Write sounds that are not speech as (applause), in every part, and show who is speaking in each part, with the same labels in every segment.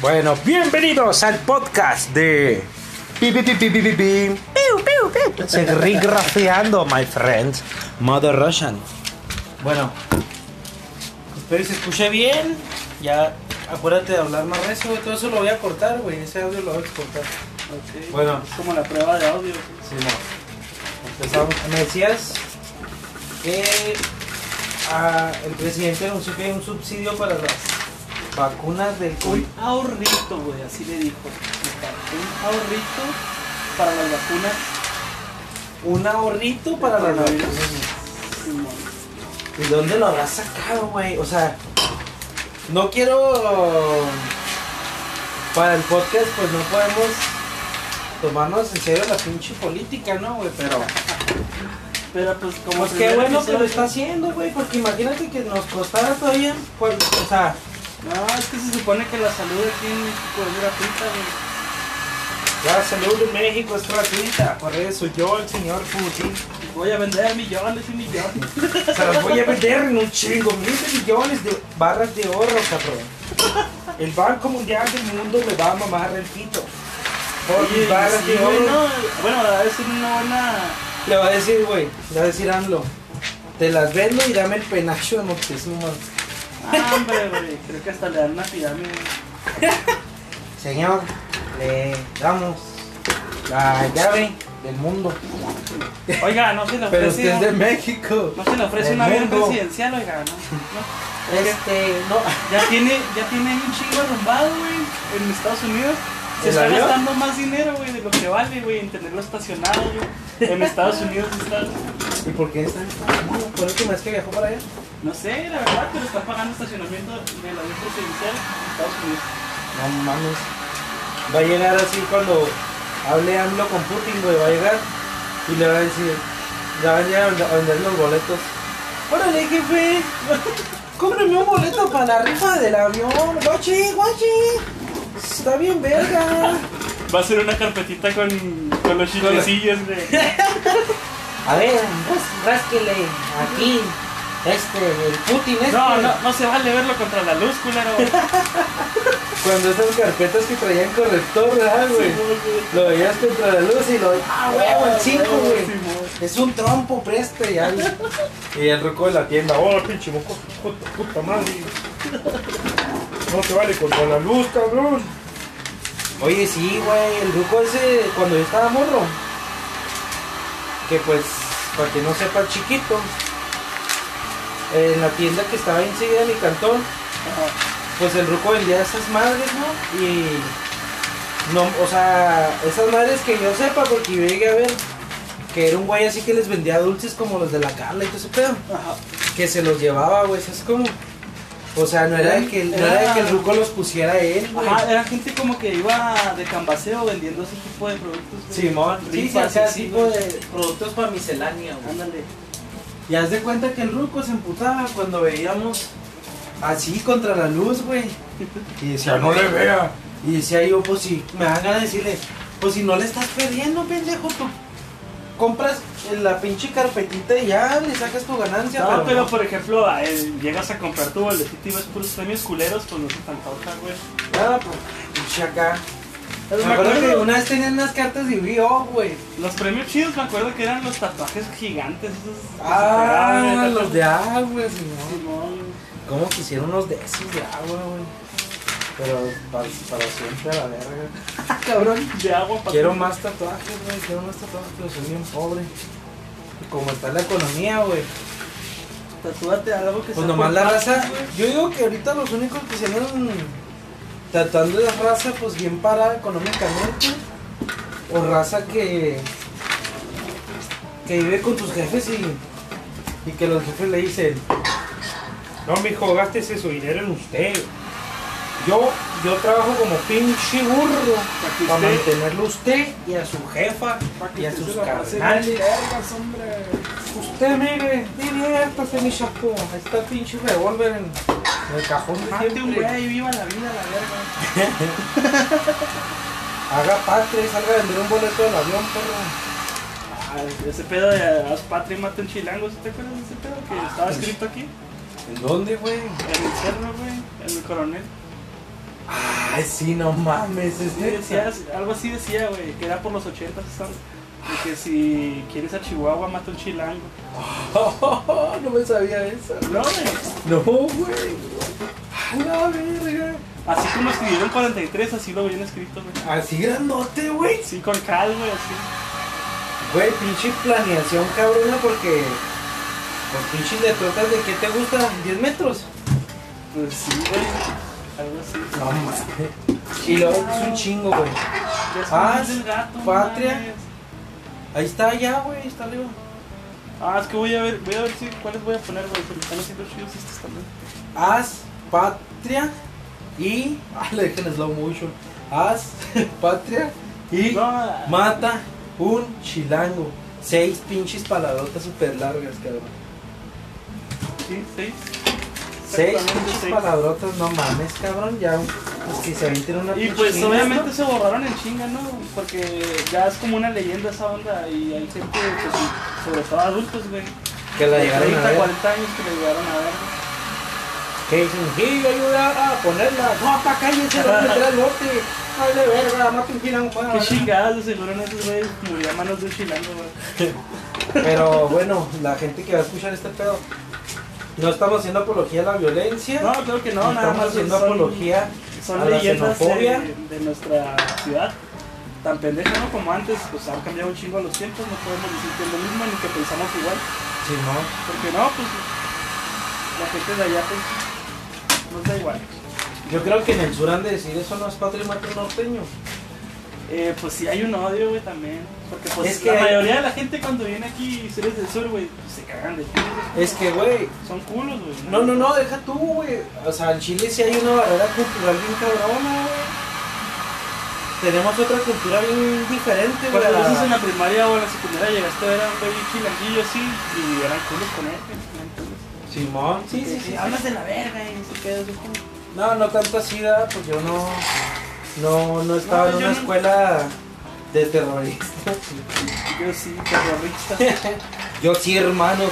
Speaker 1: Bueno, bienvenidos al podcast de. Pi, pi, pi, pi, pi, pi, pi. Piu, piu, piu. Seguir grafiando, my friend. Mother Russian.
Speaker 2: Bueno, espero que se escuche bien. Ya, acuérdate de hablar más recio, güey. Todo eso lo voy a cortar, güey. Ese audio lo voy a exportar.
Speaker 3: Ok.
Speaker 2: Bueno.
Speaker 3: Es como la prueba de audio.
Speaker 2: Sí, no. Empezamos. Me decías que ah, el presidente anunció que hay un subsidio para las vacunas del COVID.
Speaker 3: Un ahorrito, güey, así le dijo. Un ahorrito para las vacunas.
Speaker 2: Un ahorrito para las
Speaker 3: Coronavirus.
Speaker 2: vacunas. güey.
Speaker 3: Simón.
Speaker 2: ¿De dónde lo habrás sacado, güey? O sea, no quiero. Para el podcast, pues no podemos tomarnos en serio la pinche política, ¿no, güey? Pero.
Speaker 3: Pero pues como
Speaker 2: Pues qué bueno que
Speaker 3: pero
Speaker 2: lo está haciendo, güey, porque imagínate que nos costara todavía. pues, o sea,
Speaker 3: No, es que se supone que la salud aquí en México es gratuita, güey.
Speaker 2: la salud de México es gratuita. Por eso yo, el señor Putin,
Speaker 3: Voy a vender millones y
Speaker 2: (laughs)
Speaker 3: millones.
Speaker 2: se los voy a vender en un chingo. Miles de millones de barras de oro, cabrón. El Banco Mundial del Mundo me va a mamar el pito. Por mis
Speaker 3: Oye,
Speaker 2: barras
Speaker 3: sí,
Speaker 2: de
Speaker 3: güey,
Speaker 2: oro.
Speaker 3: no, bueno, va a ser una buena.
Speaker 2: Le va a decir, güey, le va a decir AMLO, te las vendo y dame el penacho de Moctezuma.
Speaker 3: Ah, hombre, güey. Creo que hasta le dan una pirámide.
Speaker 2: Señor, le damos la llave del mundo.
Speaker 3: Oiga, no se le
Speaker 2: Pero usted
Speaker 3: ofrece.
Speaker 2: es de
Speaker 3: un-
Speaker 2: México.
Speaker 3: No se le ofrece
Speaker 2: del
Speaker 3: un avión
Speaker 2: mundo.
Speaker 3: presidencial, oiga, no. no.
Speaker 2: Este, no.
Speaker 3: Ya tiene, ya tiene un chingo arrumbado, güey, en Estados Unidos. Se
Speaker 2: ¿El
Speaker 3: está
Speaker 2: avión?
Speaker 3: gastando más dinero, güey, de lo que vale, güey, en tenerlo estacionado, güey. En Estados Unidos está,
Speaker 2: ¿Y por qué está en Estados Unidos? ¿Por última vez que viajó para allá?
Speaker 3: no sé, la verdad, pero está pagando estacionamiento del avión presidencial en Estados Unidos.
Speaker 2: No mames. Va a llegar así cuando hable AMLO con Putin, güey, va a llegar y le va a decir, le va a llegar a vend- a vender los boletos. Órale, jefe, (laughs) cómprame un boleto para la rifa del avión. Guachi, guachi. Está bien, verga.
Speaker 3: Va a ser una carpetita con, con los chistecillos, güey.
Speaker 2: A ver, ras- rásquele aquí. Este, el Putin este.
Speaker 3: (laughs) No, no, no se vale verlo contra la luz, culero.
Speaker 2: Cuando esas carpetas que traían corrector, ¿verdad, güey? Lo veías contra la luz y lo... Ah, huevo, el cinco, güey.
Speaker 3: Simón.
Speaker 2: (laughs) Es un trompo, preste ya. y el ruco de la tienda, oh, pinche moco, puta, puta madre. No te vale contra la luz, cabrón. Oye, sí, güey, el ruco ese, cuando yo estaba morro, que pues, para que no sepa chiquito, en la tienda que estaba ahí enseguida de mi cantón,
Speaker 3: Ajá.
Speaker 2: pues el ruco vendía esas madres, ¿no? Y. No, o sea, esas madres que yo sepa, porque yo llegué a ver que era un güey así que les vendía dulces como los de la Carla y todo ese pedo,
Speaker 3: Ajá.
Speaker 2: que se los llevaba, güey, es como. O sea, no era de que, no era de que el ruco los pusiera él, güey.
Speaker 3: Ajá, era gente como que iba de cambaseo vendiendo ese tipo de productos. güey.
Speaker 2: Simón, sí, sí,
Speaker 3: Rifas,
Speaker 2: hacía
Speaker 3: sí,
Speaker 2: tipo
Speaker 3: güey.
Speaker 2: de productos para miscelánea, güey.
Speaker 3: Ándale.
Speaker 2: Y haz de cuenta que el ruco se emputaba cuando veíamos así contra la luz, güey. Y decía, no le vea. Y decía yo, pues si me van a decirle, pues si no le estás perdiendo, pendejo, tú compras la pinche carpetita y ya le sacas tu ganancia.
Speaker 3: No, pero,
Speaker 2: no.
Speaker 3: por ejemplo, a él, llegas a comprar tu boletito y ves puros premios culeros, pues no se tanta otra, güey.
Speaker 2: Nada, pues, pinche acá.
Speaker 3: Pero
Speaker 2: Me acuerdo que una vez tenían unas cartas de Yu-Gi-Oh, güey.
Speaker 3: Los premios chidos me acuerdo que eran los tatuajes gigantes. Esos que se pegaban en
Speaker 2: Ah,
Speaker 3: el
Speaker 2: los
Speaker 3: tatu-
Speaker 2: de agua, señor.
Speaker 3: Simón.
Speaker 2: ¿Cómo quisieron los de esos de agua, güey? Pero para, para siempre a la verga. Cabrón.
Speaker 3: De agua para
Speaker 2: Quiero más tatuajes, güey. Quiero más tatuajes, pero soy bien pobre. Y Como está la economía, güey.
Speaker 3: Tatúate algo que
Speaker 2: Pues
Speaker 3: sea
Speaker 2: nomás la
Speaker 3: portátil,
Speaker 2: raza.
Speaker 3: güey.
Speaker 2: Yo digo que ahorita los únicos que se andan tatuando es raza, pues bien parada económicamente. O raza que. que vive con tus jefes y. y que los jefes le dicen. No, mijo, gástese su dinero en usted. Yo, yo trabajo como pinche burro
Speaker 3: Para que
Speaker 2: para
Speaker 3: usted-
Speaker 2: mantenerlo a usted y a su jefa
Speaker 3: Para que
Speaker 2: y a
Speaker 3: usted
Speaker 2: sus
Speaker 3: se la pase
Speaker 2: carnales.
Speaker 3: bien vergas, hombre.
Speaker 2: Usted mire, diviértase mi chapo. Ahí Está el pinche revólver en, en el cajón de
Speaker 3: Mate un
Speaker 2: siempre.
Speaker 3: güey, viva la vida, la verga.
Speaker 2: Haga patria y salga a vender un boleto del avión, perro.
Speaker 3: Ay, ese pedo Ah, de haz patria y mata un chilango, ¿sí te acuerdas de ese pedo que
Speaker 2: Pues
Speaker 3: estaba escrito aquí?
Speaker 2: ¿En dónde, güey?
Speaker 3: En el cerro, güey, en el coronel.
Speaker 2: Ay, sí, no mames, es
Speaker 3: Sí,
Speaker 2: neta.
Speaker 3: decía, algo así decía, güey, que era por los 80, ¿sabes? De que si quieres a Chihuahua, mata un chilango.
Speaker 2: (laughs) no me sabía esa.
Speaker 3: No, güey.
Speaker 2: No, güey. A la verga.
Speaker 3: Así como escribieron 43, así lo habían escrito, güey.
Speaker 2: Así grandote, güey.
Speaker 3: Sí, con cal, güey, así.
Speaker 2: Güey, pinche planeación cabrona porque. pues, Por pinches de trotas de qué te gusta, 10 metros.
Speaker 3: Pues sí, güey. Algo así.
Speaker 2: No mames. Y luego es un chingo, güey.
Speaker 3: Ya es
Speaker 2: Ah,
Speaker 3: como el gato, no
Speaker 2: patria.
Speaker 3: mames.
Speaker 2: Ahí está ya, güey, está arriba.
Speaker 3: Ah, es que voy a ver, voy a ver si cuáles voy a poner, güey, porque están haciendo chidos estos también.
Speaker 2: Haz, patria y. (laughs) Ah, le dije en slow motion. Haz, (laughs) patria y.
Speaker 3: No,
Speaker 2: Mata un chilango. Seis pinches palabrotas super largas, cabrón.
Speaker 3: sí, seis.
Speaker 2: Seis
Speaker 3: Exactamente,
Speaker 2: pinches
Speaker 3: seis.
Speaker 2: palabrotas, no mames, cabrón. Ya, pues que se aventen una
Speaker 3: Y
Speaker 2: pinche
Speaker 3: pues
Speaker 2: chinga,
Speaker 3: obviamente
Speaker 2: ¿no?
Speaker 3: se borraron en chinga, ¿no? Porque ya es como una leyenda esa onda y hay gente, pues, y sobre todo adultos, güey.
Speaker 2: Que la llegaron a
Speaker 3: 30,
Speaker 2: ver.
Speaker 3: 40 años que le llegaron a ver.
Speaker 2: Que dicen, sí, yo ayuda a ponerla. No, pa' cállense, lo voy a meter al bote. Dale verga, mata un chilango. pa' la
Speaker 3: (laughs) Qué
Speaker 2: verga.
Speaker 3: chingadas, de seguro en esos güeyes murió a manos de un chilango, güey.
Speaker 2: Pero bueno, la gente que va a escuchar este pedo. No estamos haciendo apología a la violencia.
Speaker 3: No, creo que no, nada
Speaker 2: estamos
Speaker 3: más.
Speaker 2: haciendo
Speaker 3: son-
Speaker 2: apología a
Speaker 3: Son
Speaker 2: la
Speaker 3: leyendas de,
Speaker 2: xenofobia.
Speaker 3: de nuestra ciudad. Tan pendeja, ¿no? Como antes, pues han cambiado un chingo los tiempos, no podemos decir que es lo mismo ni que pensamos igual.
Speaker 2: Sí, no.
Speaker 3: Porque no, pues la gente de allá, pues, nos da igual.
Speaker 2: Yo creo que en el sur han de decir eso no es patria mata un norteño.
Speaker 3: Eh, pues sí hay un odio, güey, también. Porque pues
Speaker 2: Es que
Speaker 3: la
Speaker 2: hay-
Speaker 3: mayoría de la gente cuando viene aquí y se eres del sur, güey, pues, se cagan de ti. güey.
Speaker 2: Es que, güey,
Speaker 3: Son culos, güey.
Speaker 2: no, no, no, deja tú, güey. O sea, en Chile sí hay una barrera cultural bien cabrona, güey. Tenemos otra cultura bien diferente, güey.
Speaker 3: Cuando
Speaker 2: a la-
Speaker 3: lo haces en la primaria o en la secundaria llegaste a ver a un güey chilanguillo así y eran culos con él. güey, eran culos.
Speaker 2: Simón, sí, sí,
Speaker 3: Que
Speaker 2: sí.
Speaker 3: Hablas de la verga
Speaker 2: eh,
Speaker 3: y no sé qué. eso es como-
Speaker 2: No, no tanto así, da, pues yo no. No, no estaba
Speaker 3: No,
Speaker 2: en
Speaker 3: yo
Speaker 2: una
Speaker 3: no-
Speaker 2: escuela de terroristas.
Speaker 3: Yo sí, terrorista.
Speaker 2: (laughs) Yo sí, hermanos.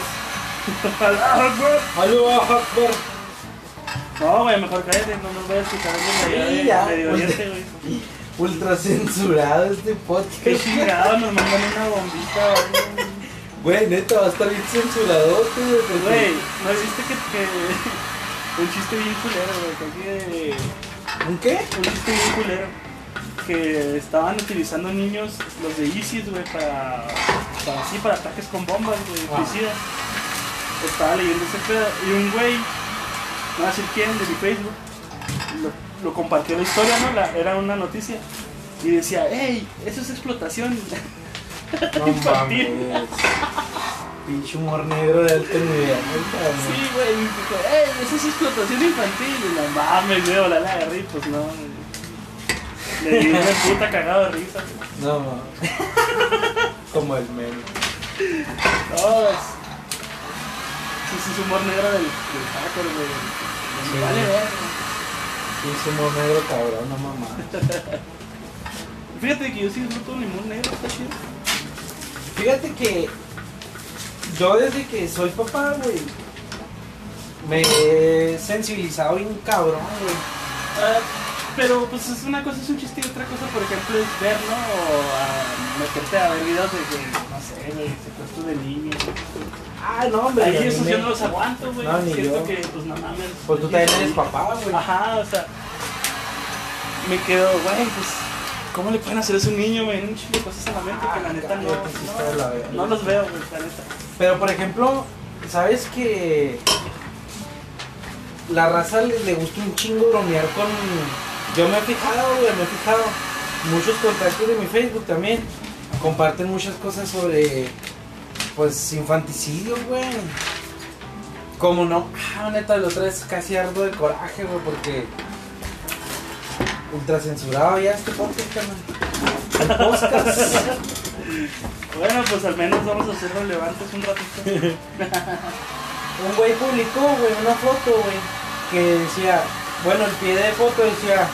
Speaker 3: (laughs) Ah, güey.
Speaker 2: Aló, Akbar.
Speaker 3: no, güey, mejor cállate, no nos voy a escuchar
Speaker 2: Sí,
Speaker 3: alguien de allá
Speaker 2: ya,
Speaker 3: de Medio
Speaker 2: pues,
Speaker 3: Oriente,
Speaker 2: (laughs)
Speaker 3: güey.
Speaker 2: Ultra censurado este podcast.
Speaker 3: Qué chingado, nos mandan una bombita, güey.
Speaker 2: Güey, neta, va a estar bien censuradote, güey. porque-
Speaker 3: Güey, ¿no viste que, que un chiste bien culero, güey? Que aquí
Speaker 2: ¿Un qué? (laughs)
Speaker 3: de- un chiste bien culero. Que estaban utilizando niños, los de ISIS, güey, para, para así, para ataques con bombas, güey,
Speaker 2: Ah.
Speaker 3: suicidas. Estaba leyendo ese pedo y un güey, no voy a decir quién, de mi Facebook, lo, lo compartió la historia, ¿no? La- era una noticia. Y decía, hey, eso es explotación. (laughs)
Speaker 2: No
Speaker 3: Infantil.
Speaker 2: mames. Pinche humor negro de alto nivel, cabrón.
Speaker 3: Sí, güey, y dijo, ¡eh! Esa es explotación infantil. Y la mames, güey, la la agarré, y pues no. güey. Le di una puta cagada de risa. güey.
Speaker 2: No mames. (laughs) Como el meme.
Speaker 3: No, es. Ese es humor negro del, del hardcore, güey. Me
Speaker 2: Sí.
Speaker 3: Vale, ver.
Speaker 2: Pinche humor negro, cabrón, no mames.
Speaker 3: Fíjate que yo sí disfruto el humor negro, está chido.
Speaker 2: Fíjate que yo desde que soy papá, güey, me he sensibilizado bien cabrón, güey.
Speaker 3: Ah, pero pues es una cosa es un chiste y otra cosa, por ejemplo, es ver, ¿no? O a meterte a ver videos de, de, no sé, güey, secuestros de niños.
Speaker 2: Ah, no, hombre.
Speaker 3: Ahí
Speaker 2: a mí
Speaker 3: esos
Speaker 2: me-
Speaker 3: yo no los aguanto, güey.
Speaker 2: No, ni
Speaker 3: Siento
Speaker 2: yo.
Speaker 3: que, pues no mames.
Speaker 2: Pues tú también eres papá, güey.
Speaker 3: Ajá, o sea, me quedo, güey, pues, ¿cómo le pueden hacer eso a un niño, güey? Un chingo de cosas a la mente que la neta no,
Speaker 2: Ah, cállate, sí está de la verga.
Speaker 3: no, no los veo, güey, la neta.
Speaker 2: Pero por ejemplo, ¿sabes que la raza le, le gusta un chingo bromear con. Yo me he fijado, güey, me he fijado. Muchos contactos de mi Facebook también comparten muchas cosas sobre. Pues infanticidio, güey. Como no. Ah, neta, la otra vez casi ardo de coraje, güey, porque. Ultra censurado ya este podcast, carnal. El podcast.
Speaker 3: Bueno, pues al menos vamos a ser relevantes un ratito.
Speaker 2: (laughs) un güey publicó, güey, una foto, güey, que decía, bueno, el pie de foto decía,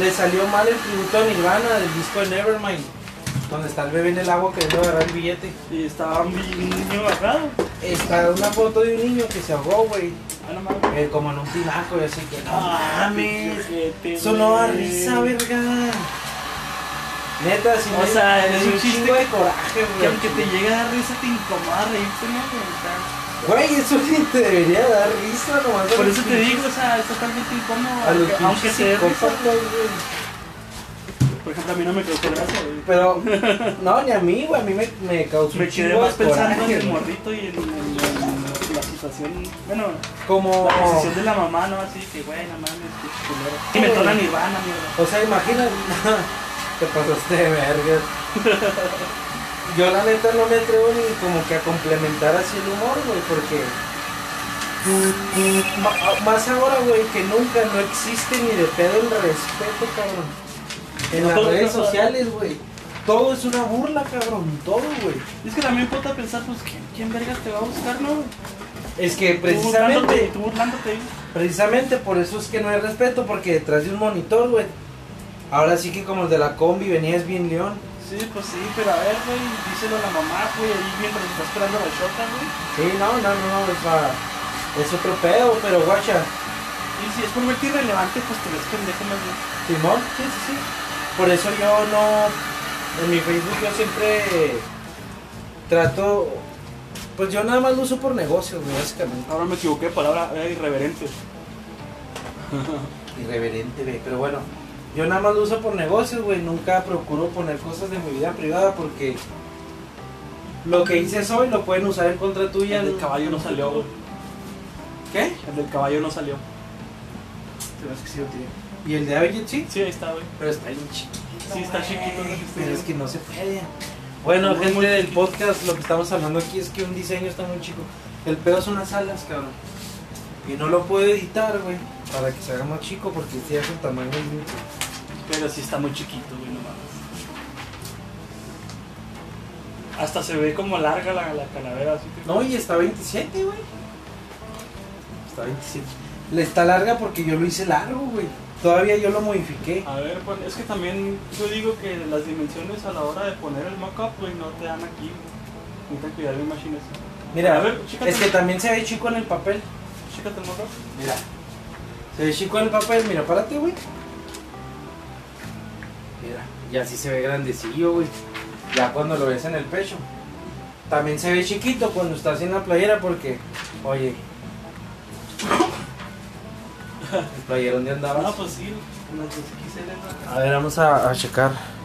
Speaker 2: le salió mal el tributo a Nirvana del disco de Nevermind, donde está el bebé en el agua queriendo agarrar el billete.
Speaker 3: Y estaba un niño agarrado.
Speaker 2: está una foto de un niño que se ahogó, güey.
Speaker 3: Ah, no mames.
Speaker 2: eh, como en un tinaco y así que. ¡No mames!
Speaker 3: Vete,
Speaker 2: Eso no da
Speaker 3: güey.
Speaker 2: risa, verga. Neta, si
Speaker 3: O
Speaker 2: no
Speaker 3: sea,
Speaker 2: me
Speaker 3: es
Speaker 2: dio
Speaker 3: un chiste
Speaker 2: chingo de
Speaker 3: que-
Speaker 2: coraje,
Speaker 3: Que
Speaker 2: güey.
Speaker 3: aunque te llegue a dar risa, te incomoda reírte, ¿no, güey? O sea,
Speaker 2: Güey, eso sí te debería dar risa nomás. a
Speaker 3: Por
Speaker 2: los
Speaker 3: eso te
Speaker 2: pinches-
Speaker 3: digo, o sea, es totalmente incómodo.
Speaker 2: A los
Speaker 3: aunque- Aunque
Speaker 2: pinches
Speaker 3: te dé risa.
Speaker 2: psicópatas, güey.
Speaker 3: Por ejemplo, a mí no me causó gracia, güey.
Speaker 2: Pero, no, ni a mí, güey, a mí me, me causó
Speaker 3: Me
Speaker 2: un
Speaker 3: quedé
Speaker 2: chingo
Speaker 3: más
Speaker 2: de
Speaker 3: pensando en
Speaker 2: coraje,
Speaker 3: el
Speaker 2: güey.
Speaker 3: morrito y en, en- en la situación. Bueno,
Speaker 2: Como,
Speaker 3: la posición de la mamá, ¿no? Así que, güey, no mames, qué culero. Y me tona Nirvana, mierda.
Speaker 2: o sea, imagínate, (laughs) te pasaste de verga. Yo la neta no me atrevo ni como que a complementar así el humor, güey, porque ma- más ahora, güey, que nunca no existe ni de pedo el respeto, cabrón. En las
Speaker 3: No,
Speaker 2: redes
Speaker 3: no.
Speaker 2: sociales, güey. Todo es una burla, cabrón, todo, güey.
Speaker 3: Es que también puta pensar, pues, ¿quién, quién vergas te va a buscar, no?
Speaker 2: Es que
Speaker 3: Tú burlándote,
Speaker 2: precisamente...
Speaker 3: tú burlándote.
Speaker 2: Precisamente por eso es que no hay respeto, porque detrás de un monitor, güey. Ahora sí que como el de la combi venías bien león.
Speaker 3: Sí, pues sí, pero a ver, güey, díselo a la mamá, güey, ahí mientras está esperando la chota, güey.
Speaker 2: Sí, no, no, no, no, o sea, es otro pedo, pero guacha,
Speaker 3: Y si es por verte irrelevante, pues te ves pendejo más bien.
Speaker 2: Simón, sí, sí, sí. Por eso yo no, en mi Facebook yo siempre trato, pues yo nada más lo uso por negocios, güey, básicamente.
Speaker 3: Ahora me equivoqué, palabra era irreverente.
Speaker 2: Irreverente, güey, pero bueno, yo nada más lo uso por negocios, güey, nunca procuro poner cosas de mi vida privada porque lo que hice hoy lo pueden usar en contra tuya.
Speaker 3: El del
Speaker 2: ¿no?
Speaker 3: caballo no salió, güey.
Speaker 2: ¿Qué?
Speaker 3: El del caballo no salió.
Speaker 2: que sí lo tiene. ¿Y el de Avenged sí?
Speaker 3: Sí, ahí está, güey.
Speaker 2: Pero está bien chiquito.
Speaker 3: Sí, está chiquito. ¿no?
Speaker 2: Pero es que no se puede. Bueno,
Speaker 3: Muy,
Speaker 2: gente
Speaker 3: muy
Speaker 2: del
Speaker 3: chiquito.
Speaker 2: podcast, lo que estamos hablando aquí es que un diseño está muy chico. El pedo son las alas, cabrón. Y no lo puedo editar, güey. Para que se haga más chico, porque si es un tamaño límite.
Speaker 3: Pero sí está muy chiquito, güey, no mames. Hasta se ve como larga la, la calavera, así que...
Speaker 2: No, y está 27, güey. Está 27. Le está larga porque yo lo hice largo, güey. Todavía yo lo modifiqué.
Speaker 3: A ver, pues, es que también yo digo que las dimensiones a la hora de poner el mock-up, güey, no te dan aquí, güey. Necesitan cuidar bien machines.
Speaker 2: Mira,
Speaker 3: A ver, chécate.
Speaker 2: es que también se ve chico en el papel.
Speaker 3: Chécate el mock-up.
Speaker 2: Mira. Se ve chico el papel, mira, párate, güey. Mira, ya sí se ve grandecillo, güey. Ya cuando lo ves en el pecho. También se ve chiquito cuando estás en la playera porque, oye. ¿El playero dónde andabas?
Speaker 3: No, pues sí, no, pues, quise ver,
Speaker 2: A ver, vamos a, a checar.